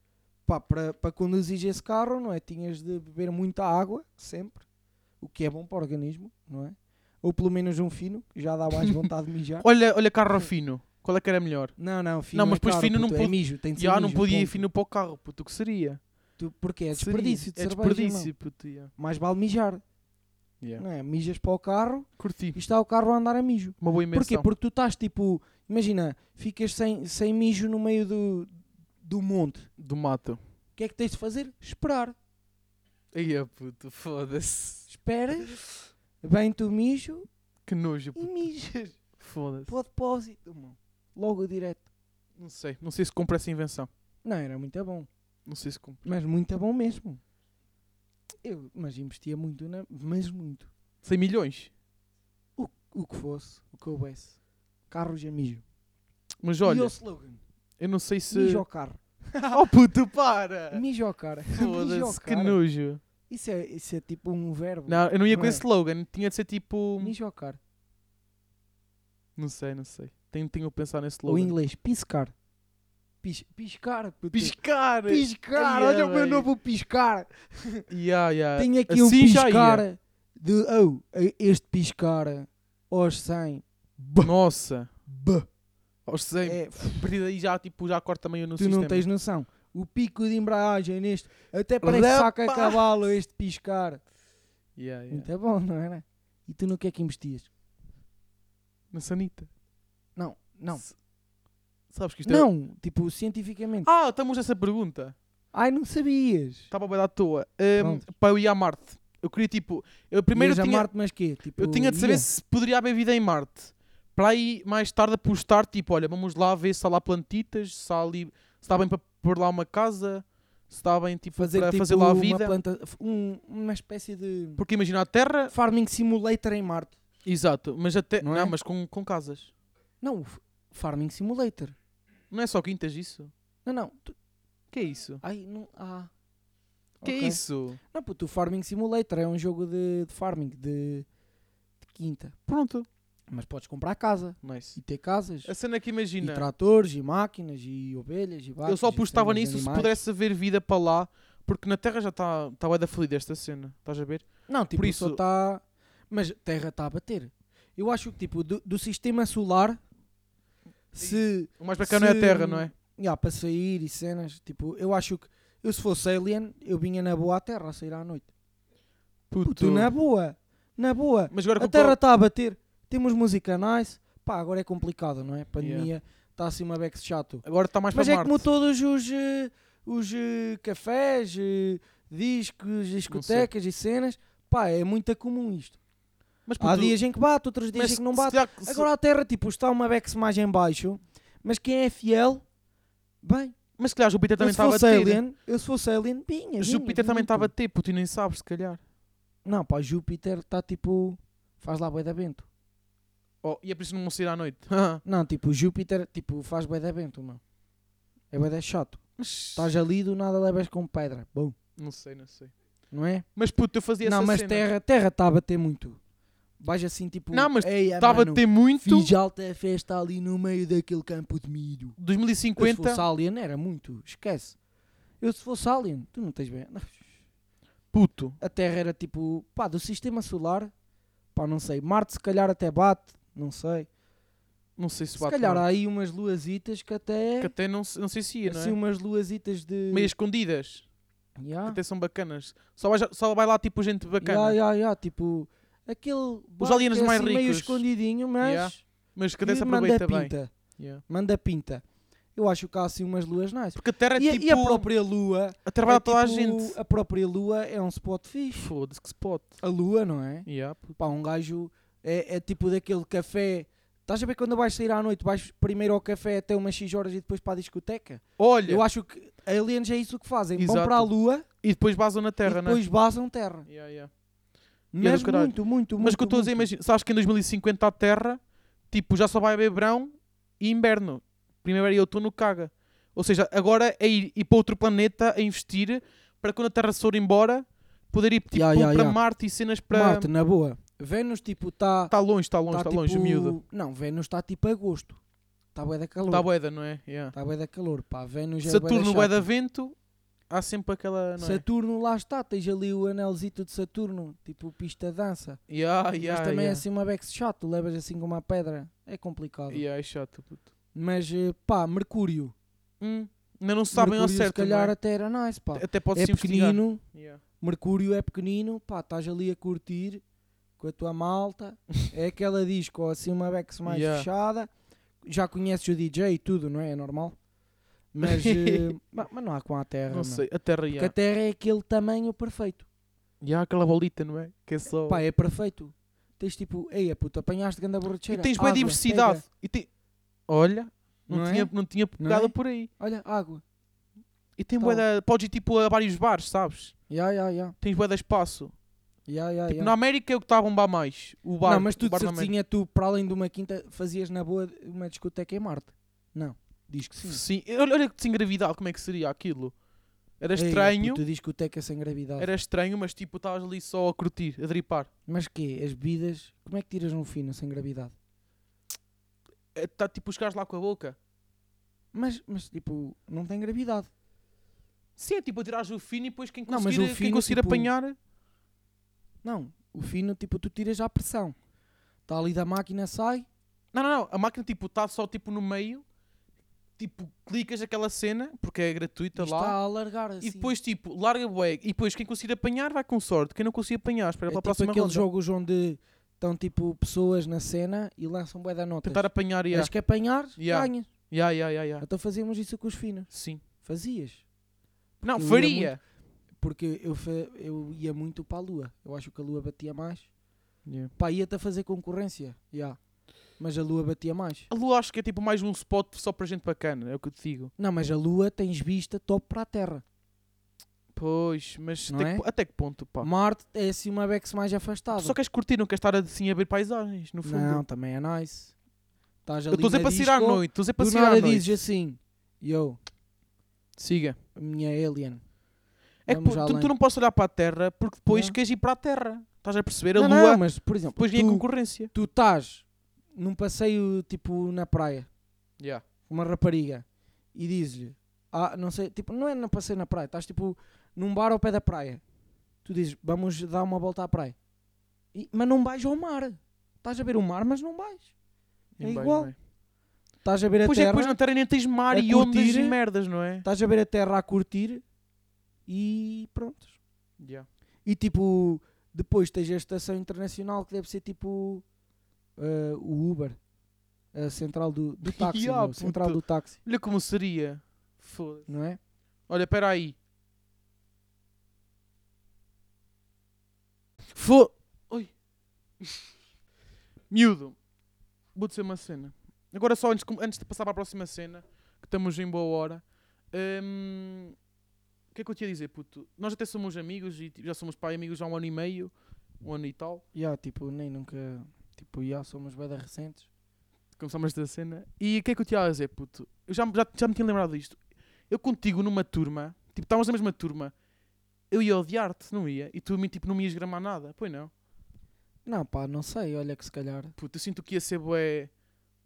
Pá, para, para conduzir esse carro, não é? Tinhas de beber muita água, sempre. O que é bom para o organismo, não é? Ou pelo menos um fino, que já dá mais vontade de mijar.
Olha, olha carro fino. Qual é que era melhor?
Não, não, fino
Não, mas
é
depois
caro,
fino não
puto, é
pode-
mijo, tem de ser
Já não
mijo,
podia ir
ponto.
fino para o carro, puto, o que seria?
Tu- Porque é
Seria.
desperdício de
É
cerveja,
desperdício,
irmão.
puto, yeah.
Mais vale mijar,
Yeah.
não é? Mijas para o carro
Curti.
e está o carro a andar a mijo.
Uma boa
Porquê?
imersão.
Porque tu estás tipo, imagina, ficas sem, sem mijo no meio do, do monte.
Do mato.
O que é que tens de fazer? Esperar.
Aí é puto, foda-se.
Esperas, vem-te o mijo
Que nojo,
e
puto.
mijas.
Foda-se.
Para o depósito, mano. Logo direto.
Não sei. Não sei se compro essa invenção.
Não, era muito bom.
Não sei se compro.
Mas muito bom mesmo. Eu, mas investia muito, na, mas muito.
100 milhões.
O que fosse, o que houvesse. Carros a mijo.
Mas
e
olha,
o
eu,
slogan?
não sei se.
Mijo ao carro.
Oh puto, para!
Mijo ao cara. Mijo ao
Foda-se, que
cara.
nojo.
Isso é, isso é tipo um verbo.
Não, eu não ia
Não
com
é?
esse slogan. Tinha de ser tipo.
Mijo ao cara.
Não sei, não sei. Tenho, tenho a pensar nesse
Ou
slogan.
em inglês, piscar. Pis, piscar. puto.
Piscar!
Piscar.
Ia,
Olha o meu
bem.
novo piscar.
Ya, ya.
Tenho aqui um
assim já ia.
piscar de. Oh, este piscar aos 100.
Nossa! Aos 100.
É,
A partir daí já, tipo, já corta meio no
tu
sistema.
não tens noção. O pico de embreagem neste. Até parece
Rapaz!
saca a cavalo este piscar.
Ya, ya.
Muito é bom, não era? E tu no que é que investias?
Na sanita.
Não, não.
S- Sabes que isto é.
Não, tipo, cientificamente.
Ah, estamos nessa pergunta.
Ai, não sabias.
Estava a dar à toa. Ahm,
Pronto.
pá, eu ia a Marte. Eu queria, tipo. Eu primeiro
Ias a
tinha,
Marte, mas quê? Tipo,
eu tinha de saber
ia?
se poderia haver vida em Marte. Para aí, mais tarde, apostar, tipo, olha, vamos lá ver se há lá plantitas, se há ali. Se está bem para pôr lá uma casa, se está bem, tipo,
fazer,
para
tipo,
fazer lá a
uma
vida.
planta- um- uma espécie de
Porque imagina a Terra.
farming simulator em Marte.
Exato, mas até. Não,
Não é?
mas com, com casas.
Não, f- farming simulator.
Não é só quintas isso?
Não, não. tu-
Que é isso?
ai, não. Ah.
Que
Ok.
é isso?
Não, puto, o Farming Simulator é um jogo de, de farming, de, de quinta.
Pronto.
Mas podes comprar casa
Nice.
e ter casas,
A cena é que
e
imagina,
tratores, e máquinas, e ovelhas, e vacas.
Assim, né? eu só
e
postava
cenas de
nisso se
animais.
pudesse haver vida para lá, porque na Terra já está tá bué da fluida esta cena, estás a ver?
Não, tipo,
Por
isso
isso-
está. Mas Terra está a bater. Eu acho que, tipo, do, do sistema solar, se.
O mais bacana é a
Se-
Terra, não é?
Ya, para sair e cenas, tipo, eu acho que. Eu, se fosse alien, eu vinha na boa à Terra a sair à noite. Puto, na boa. Na boa.
Mas agora
A
com
Terra está a bater. Temos música nice. Pá, agora é complicado, não é? Pandemia. Está assim uma bex chato.
agora está mais
Mas
para
é
Marte.
como todos os, eh, os eh, cafés, eh, discos, discotecas e cenas. Pá, é muito comum isto.
Mas puto,
Há dias em que bate, outros dias
mas
em que não
se
bate.
calhar que se-
Agora a Terra, tipo, está uma bex mais em baixo. Mas quem é fiel, bem.
Mas se calhar Júpiter
Eu
também
se
estava a
fosse
ter. né?
alien, eu se fosse alien, vinha. vinha,
Júpiter também
vinha,
estava a
puto.
ter, puto, e nem sabes, se calhar.
Não, pá, Júpiter está tipo... Faz lá boi da vento.
Oh, e é por isso que não vão sair à noite.
Não, tipo, Júpiter, tipo, faz bué da vento, mano. É bué da chato.
Mas-
Estás ali do nada levas com pedra. Bom,
Tá. Não sei, não sei.
não é?
Mas puto, eu fazia
não,
essa
mas
cena.
terra, terra está a bater muito. Vais assim, tipo...
Não, mas
"Ei, ah,
Estava
mano,
a ter muito.
Fiz alta festa ali no meio daquele campo de milho. Eu, se
2050.
fosse alien, era muito. Esquece. Eu se fosse alien, tu não tens bem...
Puto.
A terra era tipo... Pá, do sistema solar... Pá, não sei. Marte se calhar até bate. Não sei.
Não sei se
Se
bate.
calhar
não.
há aí umas luazitas que até...
Que até não, se- não sei se ia, não é?
assim, um umas luazitas de...
Meio escondidas.
Ya.
Que até são bacanas. Só vai, só vai lá tipo gente bacana.
Ah. Ya, ya, ya, tipo, aquele bar
aliens
que é
mais
assim meio
ricos.
escondidinho, mas
Ya, Mas que
que
até se
manda
aproveita bem.
pinta.
Yeah.
Manda pinta. Eu acho que há assim umas luas nice.
Porque a Terra é
e, a-
tipo.
e a própria lua...
a Terra vai
é
lá toda a
tipo-
gente.
A própria lua é um spot fixe.
Foda-se, que spot.
A lua, não é?
Yeah, puto.
Pá, um gajo é, é tipo daquele café... Estás a ver quando vais sair à noite, vais primeiro ao café até umas X horas e depois para a discoteca?
Olha,
Eu acho que aliens é isso que fazem. Vão
Exato.
para a lua
e depois vazam na Terra, né?
e depois basam terra.
não é? Yeah, yeah. E é
Mas
do caralho.
muito, muito, muito.
Mas o que eu estou a dizer,
muito.
imagina, sabes que em 2050 a Terra, tipo, já só vai haver verão e inverno. Primavera e outono caga. Ou seja, agora é ir, ir para outro planeta a investir para quando a Terra se for embora poder ir tipo,
Ya, ya,
para
ya.
Marte e cenas para.
Marte, né? Tá tipo na boa. Vênus, tipo, está.
Está longe, está Tá longe, está longe, miúdo.
Não, Vênus está tipo agosto. Está bué da calor.
Está
Está
boeda, não é? Yeah.
bué da calor. Pá, Vênus é bué
Saturno,
da
bué da
chata.
vento, há sempre aquela. Não é?
Saturno, lá está. Tens ali o anelzito de Saturno. Tipo, pista de dança.
Yeah,
Mas
yeah,
também é
yeah.
assim uma bex chato. Levas assim com uma pedra. É complicado.
Yeah, é chato, puto.
Mas, eh, pá, Mercúrio.
Hum, ainda não se sabem ao
Mercúrio,
certo.
se calhar
não é?
até era nice, pá.
Até pode
É
se investigar.
pequenino.
Yeah.
Mercúrio é pequenino, pá, estás ali a curtir com a tua malta, é aquela disco assim uma Bex mais
Yeah.
fechada, já conheces o DJ e tudo, não é? É normal. Mas, eh, ma- mas não há com a Terra,
Não
É, mano.
sei, a Terra
Porque a
yeah.
Terra é aquele tamanho perfeito.
E há aquela bolita, não é? Que é só.
Pá, é perfeito. Tens tipo, ei, puta, apanhaste ganda
e
borracheira.
tens bem
água,
diversidade.
pega."
E tem... Olha, não,
Não é?
tinha, não tinha
Não
pegado
é?
por aí.
Olha, água.
E tem
Tá.
bué da. Podes ir tipo a vários bares, sabes?
Ya, ya, ya.
Tens bué de espaço.
Ya, ya,
Tipo,
Ah, ya.
na América é o que está a bombar mais. O bar.
não, mas
o
tu de
bar na América.
certinha, tu, para além de uma quinta, fazias na boa uma discoteca em Marte. Não, diz que sim.
Sim. Olha, olha que sem gravidade, como é que seria aquilo? Era
Ei,
estranho,
É, puta, discoteca sem gravidade.
era estranho, mas tipo, estavas ali só a curtir, a dripar.
Mas quê? As bebidas? Como é que tiras um fino sem gravidade?
Está tipo os caras lá com a boca.
Mas, mas tipo, não tem gravidade.
Sim, é tipo a tirar o fino e depois quem
Não, mas
conseguir,
o
quem
fino,
conseguir
tipo,
apanhar.
Não. O fino, tipo, tu tiras à pressão. Está ali da máquina, sai.
Não, não, não. A máquina tipo está só tipo no meio. Tipo, clicas aquela cena, porque é gratuita
e
lá.
está a alargar assim.
E depois tipo, larga o E depois quem conseguir apanhar vai com sorte. Quem não conseguir apanhar,
é
espera pela
tipo
próxima
aqueles
ronda.
jogos onde estão tipo pessoas na cena e lançam bué da notas.
Tentar apanhar e
Tens que apanhar,
Yeah.
ganhas.
Ya, ya, ya, ya.
Então fazíamos isso com os finos.
Sim.
Fazias.
Não,
eu ia
faria.
Porque eu, fa- eu ia muito para a lua. Eu acho que a lua batia mais. Pá, ia-te a fazer concorrência. Yeah. Mas a lua batia mais.
A lua acho que é tipo mais um spot só para gente bacana, é o que eu te digo.
Não, mas a Lua tens vista top para a Terra.
Pois, mas
Não
até,
é?
que, po- até que ponto, pá?
Marte é assim uma bex mais
Tu
afastada.
só queres curtir, não queres estar assim a ver paisagens, no fundo.
Ah, Não, também é nice. Estás
eu
ali
estou a dizer
na
para sair à
disco,
noite, estou a dizer para é?
Do
sair à
nada
noite.
dizes assim, yo,
Siga.
a minha alien.
É que
Vamos
pô, tu,
além.
tu não podes olhar para a Terra porque depois
Não.
queres ir para a Terra. Estás a perceber? A
não,
Lua
não, mas por exemplo,
depois vem a
tu,
concorrência.
tu estás num passeio tipo na praia,
Yeah.
com uma rapariga, e diz-lhe, ah, não sei, tipo, não é num passeio na praia, estás tipo num bar ao pé da praia. Tu dizes, vamos dar uma volta à praia. E- mas não vais ao mar. Estás a ver o mar, mas não vais. É
Em baixo,
igual.
não é?
Estás a ver a
Pois é, que
terra.
depois na Terra nem tens mar
a
e ondas e
curtir.
merdas, não é?
Estás a ver a terra a curtir e pronto.
Yeah.
E tipo, depois tens a estação internacional que deve ser tipo eh, o Uber, a central do, do táxi,
Ya,
meu, central
puto.
do táxi,
Olha como seria. Foda-se.
não é?
Olha, espera aí. Fo... Oi. Miúdo. Vou dizer uma cena. Agora só antes, de com- antes de passar para a próxima cena, que estamos em boa hora. hum, O que é que eu te ia dizer, puto? Nós até somos amigos e tipo, já somos pai e amigos há um ano e meio, um ano e tal.
Ya, tipo, nem nunca, tipo, já somos bem recentes.
Começámos esta cena. E o que é que eu te ia dizer, puto? Eu já, já, já me tinha lembrado disto. Eu contigo numa turma, tipo, estávamos na mesma turma, eu ia odiar-te, não ia? E tu a mim, tipo, não me ias gramar nada. Pois não.
Não, pá, não sei, olha que se calhar.
Puto, eu sinto que ia ser bué...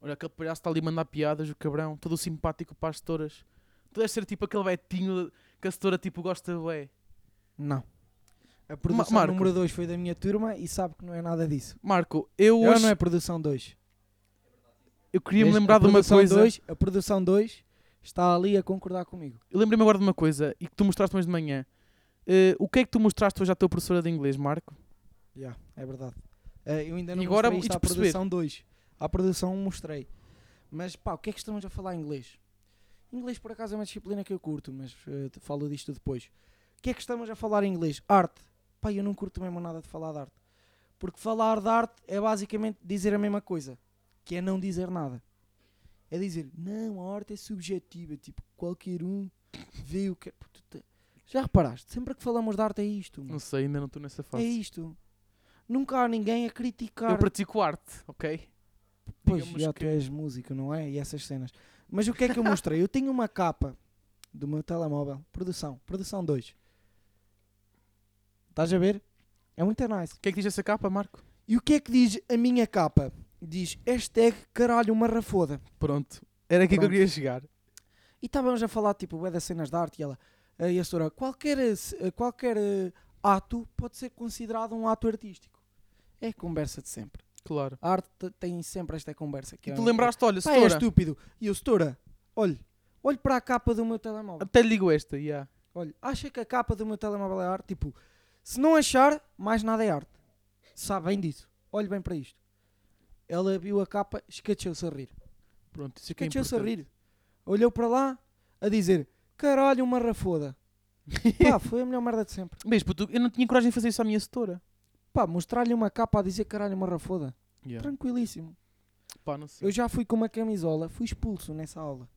Olha, aquele palhaço está ali a mandar piadas, o cabrão, todo simpático para as setoras. Tu deves ser tipo aquele betinho que a setora tipo gosta bué.
Não. A produção
Marco.
número 2 foi da minha turma e sabe que não é nada disso.
Marco, eu
Ela
hoje...
não é produção 2.
Eu queria-me lembrar de uma coisa...
a produção 2 está ali a concordar comigo.
Eu lembrei-me agora de uma coisa, e que tu mostraste hoje de manhã. Eh, o que é que tu mostraste hoje à tua professora de inglês, Marco?
Ya, é verdade. Eh, eu ainda não
E agora
mostrei
hei
isto
de
à
perceber.
produção 2. À produção 1 mostrei. Mas pá, o que é que estamos a falar em inglês? Inglês por acaso é uma disciplina que eu curto, mas eh, te- falo disto depois. O que é que estamos a falar em inglês? Arte. Pá, eu não curto mesmo nada de falar de arte. Porque falar de arte é basicamente dizer a mesma coisa, que é não dizer nada. É dizer, não, a arte é subjetiva, tipo, qualquer um vê o que é. Puto, te- Já reparaste? Sempre que falamos de arte é isto. mano.
Não sei, ainda não estou nessa fase.
É isto. Nunca há ninguém a
Eu
criticar.
pratico arte, ok?
Pois,
digamos
já
que-
tu és músico, não é? E essas cenas. Mas o que é que eu mostrei? eu tenho uma capa do meu telemóvel. Produção. Produção 2. Estás a ver? É muito nice.
O que é que diz essa capa, Marco?
E o que é que diz a minha capa? Diz hashtag caralho marrafoda.
Pronto. Era aqui que eu
Pronto.
queria chegar.
E estávamos a falar, tipo, bué das cenas de arte e ela... eh, E a senhora, qualquer, eh, se- eh, qualquer eh, ato pode ser considerado um ato artístico. É a conversa de sempre.
Claro.
A arte te- tem sempre esta conversa. Que
E
é
tu
um-
lembraste, olha,
Pá, é
setora.
estúpido. E eu, Setora, olhe, olhe para a capa do meu telemóvel.
Até lhe digo esta, yeah.
Olhe, acha que a capa do meu telemóvel é arte? Tipo, se não achar, mais nada é arte. Sabe bem disso. Olhe bem para isto. Ela viu a capa, escachou-se a rir.
Pronto, isso aqui é
Escachou-se
importante.
a rir. Olhou para lá a dizer, caralho, uma rafoda. Pá, foi a melhor merda de sempre.
Mas, puto, eu não tinha coragem de fazer isso à minha setora.
Pá, mostrar-lhe uma capa a dizer caralho, uma rafoda.
Yeah.
Tranquilíssimo.
Pá, não sei.
Eu já fui com uma camisola, fui expulso nessa aula.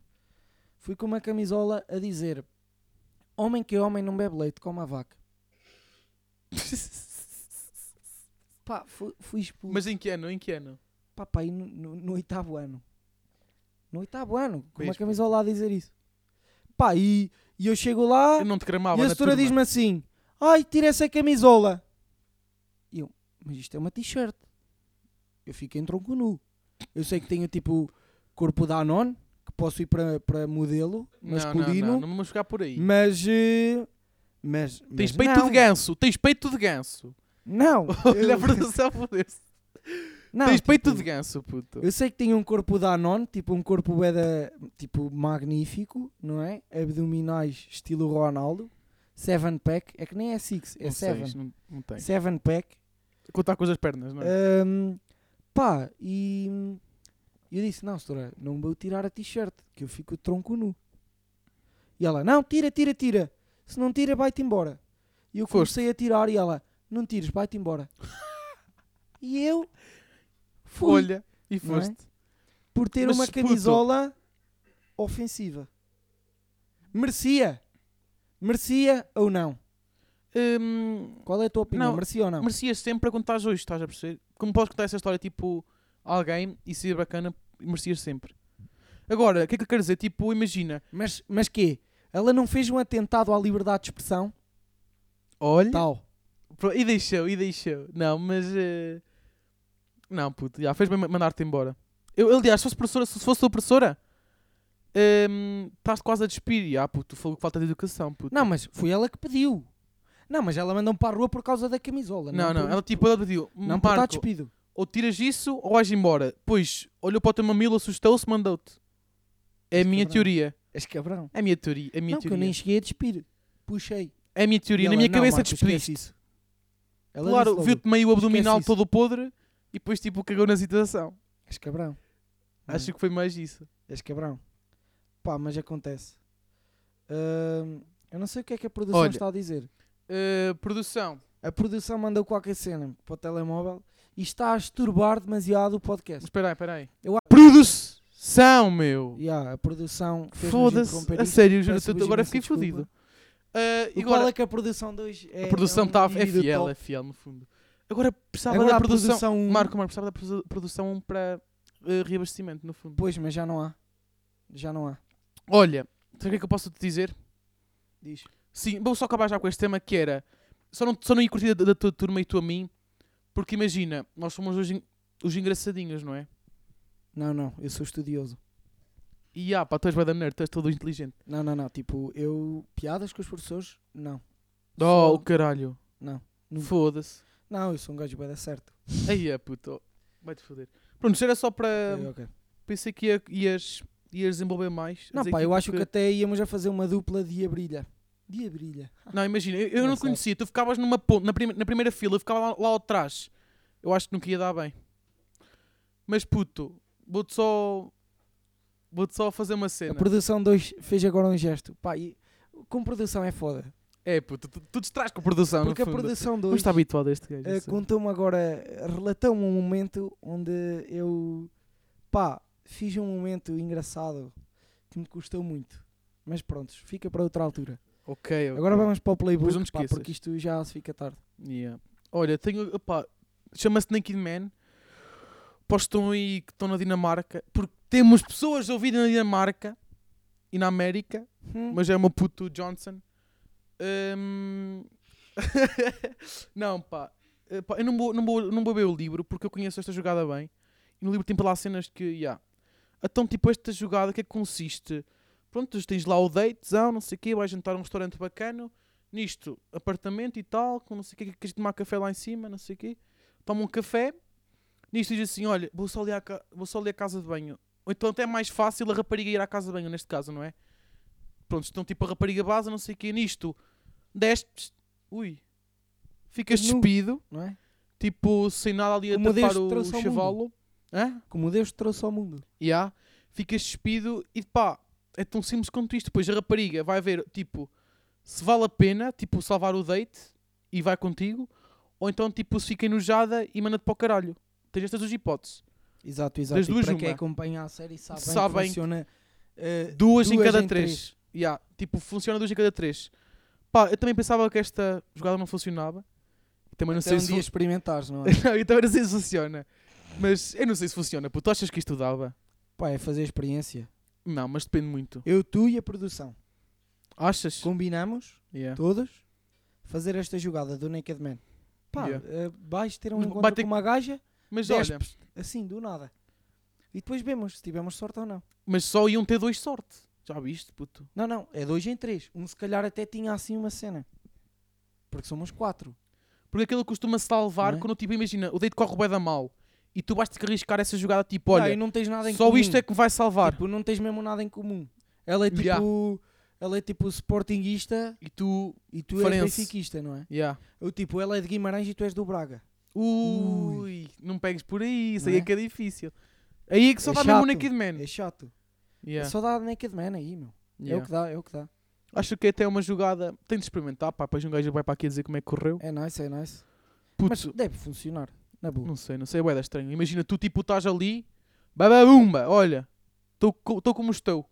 Fui com uma camisola a dizer: Homem que é homem não bebe leite, come a vaca. Pá, fui, fui expulso.
Mas em que ano? Em que ano?
Pá, pá, aí no, no- no oitavo ano. No oitavo ano, com uma
Mesmo.
camisola a dizer isso. Pá, e, e eu chego lá
Eu não te gramava
Ah. e a
na
senhora
turma.
diz-me assim: Ai, tira essa camisola. E eu: Mas isto é uma t-shirt. Eu fico em tronco nu. Eu sei que tenho tipo corpo da Anon, que posso ir para para modelo
Não,
masculino,
Não, não, não, vamos ficar por aí.
mas. eh, Mas. Hum, mas
Tens peito
não.
de ganso, tens peito de ganso.
Não!
Olha a
eu-
produção, foda-se.
não,
Tens peito
tipo,
de ganso, puto.
Eu sei que tenho um corpo da Anon, tipo um corpo bué da- tipo magnífico, não é? Abdominais estilo Ronaldo. Seven pack, é que nem é six, é
não sei,
seven.
isto não, não tem.
Seven pack.
Contar com as pernas,
Eh,
não é?
Ahm, pá, e hum, eu disse: Não, senhora, não vou tirar a t-shirt, que eu fico tronco nu. E ela: Não, tira, tira, tira. Se não tira, vai-te embora. E eu
Foste.
comecei a tirar e ela: Não tires, vai-te embora. e eu fui
Olha, e
não é?
foste.
por ter
mas
uma
puto.
camisola ofensiva. Merecia. Merecia ou não?
Hum,
Qual é a tua opinião?
Não,
Merecia ou não?
merecias sempre a contar hoje, estás a perceber? Como podes contar essa história tipo a alguém e ser bacana, merecias sempre. Agora, o que é que eu quero dizer? Tipo, imagina,
Mas, mas quê? Ela não fez um atentado à liberdade de expressão?
olha,
Tal.
Tá, pro- e deixou, e deixou. Não, mas eh, não, puto, já fez bem ma- mandar-te embora. Eu, aliás, se fosse professora, se fosse opressora, hum, estás quase a despir. Ah, puto, foi falta de educação, puto.
Não, mas foi ela que pediu. Não, mas ela mandou-me para a rua por causa da camisola.
não, não,
por-
ela tipo, ela pediu,
Não,
não,
por estar
Marco,
despido.
ou tiras isso ou vais embora. Pois, olhou para o teu mamilo, assustou-se, mandou-te. É a minha
Cabrão.
teoria.
És cabrão.
É a minha teoria. É a minha
não, que eu
teoria.
nem cheguei a despir. Puxei.
É a minha
E
teoria.
ela,
Na minha
"Não,
cabeça
Marco, esquece
despediste.
isso." Ela
claro,
disse logo,
viu-te meio o abdominal
isso. Hum.
todo podre e depois tipo cagou na situação.
És cabrão.
Acho que foi mais isso.
És cabrão. Pá, mas acontece. Ahm, eu não sei o que é que a produção
Olha.
está a dizer.
Uh, produção.
A produção mandou qualquer cena para o telemóvel e está a esturbar demasiado o podcast.
Espera aí, espera aí.
Eu a-
Produção, meu!
E há a produção fez-nos
Foda-se.
interromper
A
isto.
sério, juro,
Peço-vos
eu agora
imensa
fiquei
desculpa.
fodido. Uh,
E
e agora,
qual é que a produção 2 é?
a produção
é um
está é
indivíduo
fiel,
top.
é fiel no fundo. Agora precisava
Agora
da
a
produção.
produção um-
Marco, Marco, precisava da produ- produção para uh, reabastecimento, no fundo.
Pois, mas já não há. Já não há.
Olha, sabe o que é que eu posso te dizer?
Diz.
Sim, vou só acabar já com este tema que era. Só não, só não ia curtir da, da tua turma e tu a mim, porque imagina, nós somos os, en- os engraçadinhos, não é?
Não, não, eu sou estudioso.
E ah, pá, tu és bué da nerd, tu és todo inteligente.
Não, não, não. Tipo, eu. Piadas com os professores? Não.
Oh,
Só-
caralho.
Não, nunca.
Foda-se.
Não, eu sou um gajo bem certo.
Aí é puto. Vai-te foder. Pronto, isto era só para.
Ok, ok.
Pensei que ia, ias, ias desenvolver mais.
Não,
Dizer
pá,
que-
eu acho que até íamos a fazer uma dupla de abrilha. De abrilha.
Não, imagina, eu, eu não te
Engraçado.
conhecia, tu ficavas numa ponta, na, prime- na primeira fila, eu ficava lá, lá atrás. Eu acho que nunca ia dar bem. Mas puto, vou-te só. Vou-te só fazer uma
A
cena.
produção 2 fez agora um gesto. Pá, e com produção é foda.
É, puto, tu, tu distrais com a produção,
Porque a
no fundo. tá
produção é
Não
2
está habituado a este gajo. eu sei.
contou-me Eh, agora, relatou-me um momento onde eu, pá, fiz um momento engraçado que me custou muito. Mas pronto, fica para outra altura.
Ok, ok.
Agora vamos para o
Depois não
playbook,
te
pá,
esqueças.
porque isto já se fica tarde.
Yeah. Olha, tenho. opá, Chama-se Naked Man. Para os que estão aí que estão na Dinamarca. Porque temos pessoas a ouvir na Dinamarca e na América.
Uhum.
Mas é o meu puto Johnson. Hum. não, pá. Eh, pá, Eu não vou, não, vou, não vou ver o livro porque eu conheço esta jogada bem. E no livro tem para lá cenas que. Yeah. Então, tipo, esta jogada, o que é que consiste? Pronto, tens lá o datezão, não sei o quê, vais jantar a um restaurante bacano, nisto, apartamento e tal, com não sei o quê, queres tomar café lá em cima, não sei o quê. Toma um café, nisto diz assim: olha, vou só ali à, ca- vou só ali à casa de banho. Ou então até é mais fácil a rapariga ir à casa de banho, neste caso, não é? Pronto, estão tipo a rapariga base, não sei o quê, nisto, despes, ui, ficas
Mas nu.
despido,
não é?
tipo, sem nada ali a
Como Deus
tapar
te
o
trouxe ao mundo.
chavalo. Hã?
Como Deus te trouxe ao mundo.
Yeah. Ficas despido e pá, é tão simples quanto isto. Depois a rapariga vai ver, tipo, se vale a pena, tipo, salvar o date e vai contigo, ou então, tipo, se fica enojada e manda-te para o caralho. Tens estas duas hipóteses.
Exato, exato.
Das
E
duas,
para quem
uma.
acompanha a série sabe, bem
Sabe
que
bem
funciona. eh,
Duas, em
Duas
cada
em
três. Yeah. Tipo, funciona duas em cada três. Pá, eu também pensava que esta jogada não funcionava. Também não
até
sei
um
se.
dia
fu-
experimentares, não é?
Não, eu também não sei se funciona. Mas eu não sei se funciona. Pô, tu achas que isto dava?
Pá, é fazer experiência.
Não, mas depende muito.
Eu, tu e a produção.
Achas?
Combinamos,
Yeah.
todos, fazer esta jogada do Naked Man. Pá,
Yeah.
eh, vais ter um
Mas
encontro
vai ter
com uma gaja,
Mas
dez
olha.
assim, do nada. E depois vemos se tivemos sorte ou não.
Mas só iam ter dois sorte. Já viste, puto?
Não, não, é dois em três. Um se calhar até tinha assim uma cena. Porque somos quatro.
Porque aquilo costuma salvar
Não é?
quando, tipo, imagina, o date corre bué da mal e tu vais-te que arriscar essa jogada, tipo,
Pá, e
olha,
não tens nada em
só
comum.
isto é que me vai salvar.
Tipo, não tens mesmo nada em comum. Ela é tipo,
Yeah.
ela é tipo sportinguista
E tu,
e tu és
Farense.
benfiquista, não é?
yeah.
Eu tipo, ela é de Guimarães e tu és do Braga. Ui.
Ui, não pegues por aí, isso
Não
aí é?
é?
que é difícil. Aí é que só
É
dá mesmo
chato.
o Naked Man.
É chato.
Yeah,
É só dá naked man aí, meu. É
yeah.
o que dá, é o que dá.
Acho que é até uma jogada. Tem de experimentar, pá, depois um gajo vai para aqui a dizer como é que correu.
É nice, é nice.
Puto,
Mas deve funcionar. Na boa.
não sei, não sei, é bué da estranho. Imagina, tu, tipo, estás ali, bababumba, olha, estou co- estou como estou,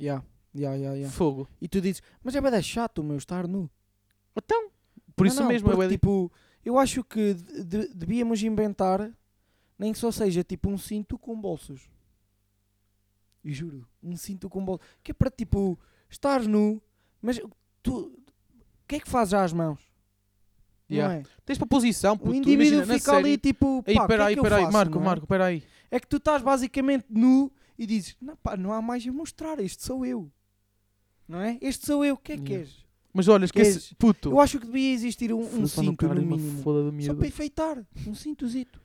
Yeah. Yeah, yeah, yeah.
fogo.
E tu dizes, mas é bem chato, meu, estar nu.
Então, por
Não,
isso
não,
mesmo, é
porque,
bué da-
tipo, eu acho que de- de- devíamos inventar, nem que só seja tipo um cinto com bolsos. E juro, um cinto com bolsos. Que é para tipo, estar nu, mas tu, o que é que fazes às mãos?
Yeah.
Não é?
Tens para posição,
O
puto.
indivíduo
imagina, na
fica ali
série-
tipo, pá,
Aí,
o que é
peraí,
que eu
peraí,
faço,
Marco,
não é?
Marco, peraí.
É que tu estás basicamente nu e dizes: não, pá, não há mais a mostrar, este sou eu. Não é? Este sou eu, o que é que
Yeah.
queres?
Mas olha, esquece.
Queres-
Puto.
Eu acho que devia existir um, um
Foda-se, mano,
cinto
caralho,
no
uma
mínimo.
foda da
Só
miúda.
para enfeitar, um cintozito.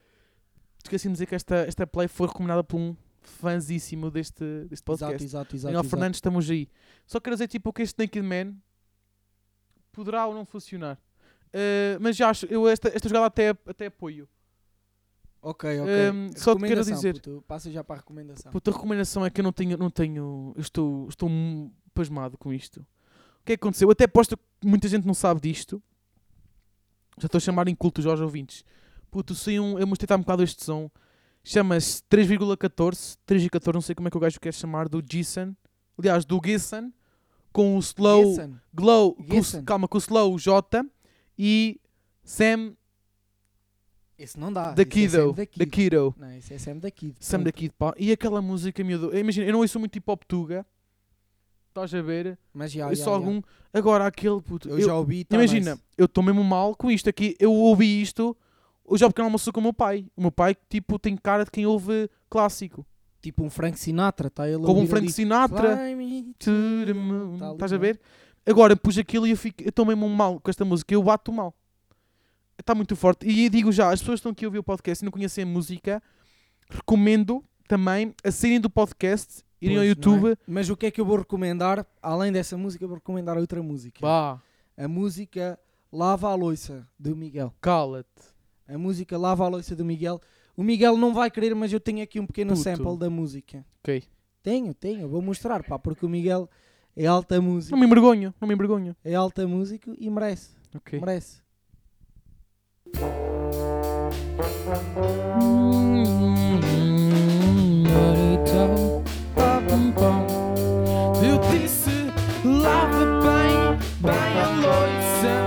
Esqueci-me de assim dizer que esta, esta play foi recomendada por um fãzíssimo deste, deste podcast.
exato,
Daniel Fernandes, estamos aí. Só quero dizer tipo, que este Naked Man poderá ou não funcionar. Eh, mas já acho, eu esta, esta jogada até, até apoio.
Ok, ok.
Ehm, só te quero
Recomendação,
dizer-
puto, Passa já para a recomendação.
Puta, a recomendação é que eu não tenho. Não tenho eu estou, estou mu- pasmado com isto. O que é que aconteceu? Eu até aposto que muita gente não sabe disto. Já estou a chamar incultos aos ouvintes. Puto, sei um. Eu mostrei há um bocado este som. Chama-se 3,14. 3,14, não sei como é que o gajo quer chamar. Do Jason. Aliás, do Gisson. Com o slow.
Guessan.
Glow, com o-
Gibson.
calma, com o Slow J e Sam
Esse não dá.
da
esse é Sam
Kiddo.
da
Da
Kid.
Kiddo.
Não, esse é Sam da Kid.
Sam da
pronto.
Kid, pá. E aquela música, miúdo. eu Imagina, eu não ouço muito hip hop tuga. Estás a ver?
Mas
Eu
já,
ouço
já, já.
algum. Agora aquele puto.
Ah, Eu,
eu-
já ouvi. tá
imagina,
nice.
eu estou mesmo mal com isto aqui. Eu ouvi isto. Hoje ao pequeno almoço com o meu pai. O meu pai, tipo, tem cara de quem ouve clássico.
Tipo um Frank Sinatra, tá ele a
Como um
ouvir
Frank
ali.
Sinatra.
Fly me
To the moon.
Tá ali,
Estás a
não é?
ver? Agora pus aquilo e eu, fico, eu tomei mesmo mal com esta música. Eu bato mal. Está muito forte. E eu digo já, as pessoas que estão aqui a ouvir o podcast e não conhecem a música, recomendo também a saírem do podcast, irem ao
Pois,
YouTube.
não é? Mas o que é que eu vou recomendar? Além dessa música, eu vou recomendar outra música.
Pá,
A música Lava a Loiça, do Miguel.
cala-te.
A música Lava a Loiça, do Miguel. O Miguel não vai querer, mas eu tenho aqui um pequeno
Puto.
sample da música.
Ok.
Tenho, tenho. Vou mostrar, pá, porque o Miguel é alta música.
Não me envergonho, não me envergonho.
É alta músico e merece.
Ok.
Merece.
Eu disse, lava bem, bem a loiça.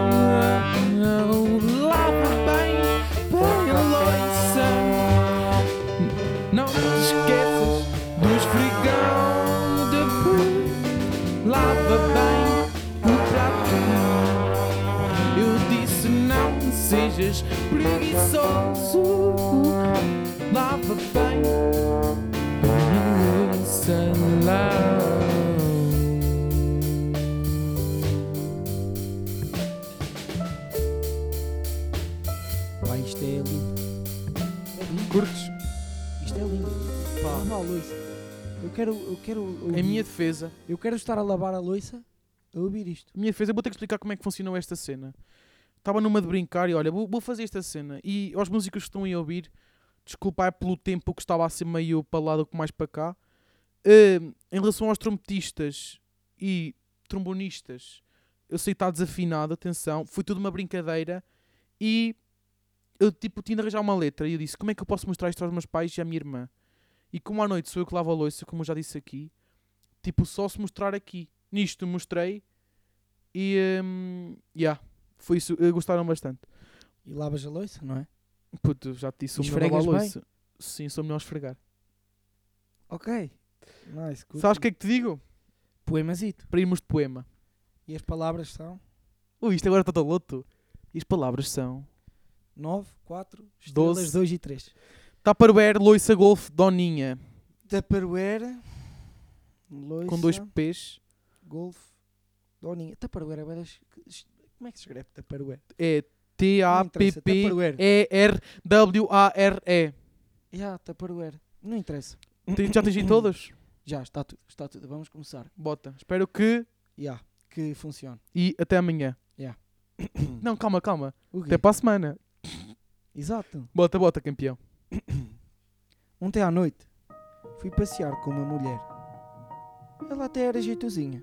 Lava bem, bem a loiça. Não te esqueças do esfregão depois. Lava bem o prato. Eu disse, não sejas preguiçoso. Lava bem, bem a loiça. Lava.
Pá, isto é lindo. É lindo.
Curtes?
Isto é lindo. Lava a Loiça. Eu quero, eu quero, ouvir-
Em É minha defesa,
eu quero estar a lavar a loiça a ouvir isto.
A minha defesa, eu vou ter que explicar como é que funcionou esta cena. Estava numa de brincar e olha, vou, vou fazer esta cena. E aos músicos que estão aí a ouvir, desculpai pelo tempo que estava a ser meio para lá do que mais para cá. Ahm, em relação aos trompetistas e trombonistas, eu sei que está desafinado, atenção, foi tudo uma brincadeira e eu tipo tinha de arranjar uma letra e eu disse como é que eu posso mostrar isto aos meus pais e à minha irmã? E como à noite sou eu que lavo a louça, como eu já disse aqui, tipo só se mostrar aqui. Nisto mostrei e hum, yeah, foi isso, Eh, gostaram bastante.
E lavas a loiça, não é?
Puto, já te disse o
E
melhor lavar
esfregas bem?
louça. Sim, sou melhor a esfregar.
Ok. Nice, curto.
Sabes o que é que te digo?
Poemazito.
Para irmos de poema.
E as palavras são
Ui, isto agora está todo loto. E as palavras são
9, 4,
Doze.
estrelas, 2 e 3.
Tupperware, Loiça Golf, Doninha.
Tupperware, loiça,
Com dois P's.
golf, doninha. Tupperware, é bué das- como é que se escreve Tupperware?
É
Não interessa, Tupperware.
T-A-P-P-E-R-W-A-R-E.
Já, Tupperware. Não interessa.
Ti- Já tens aí todas?
Já, está tudo, está tudo. Vamos começar.
Bota. Espero que.
Já, que funcione.
E até amanhã.
Yeah.
Não, calma, calma.
O quê?
Até para a semana.
Exato.
Bota, bota, campeão.
Ontem à noite fui passear com uma mulher. Ela até era jeitosinha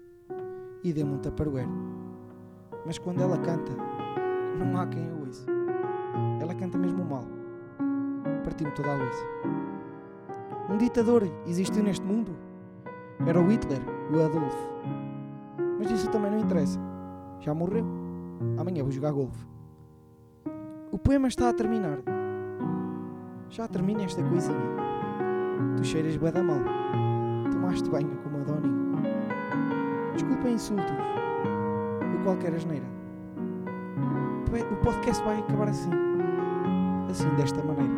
e deu-me um tupperware. Mas quando ela canta, não há quem a ouça. Ela canta mesmo mal. Partiu-me toda a luz. Um ditador existiu neste mundo? Era o Hitler, o Adolfo. Mas isso também não interessa. Já morreu. Amanhã vou jogar golfe. O poema está a terminar. Já termina esta coisinha. Tu cheiras bué da mal. Tomaste banho como a Doninho. Desculpa insultos. Ou qualquer asneira. Pe- O podcast vai acabar assim. Assim, desta maneira.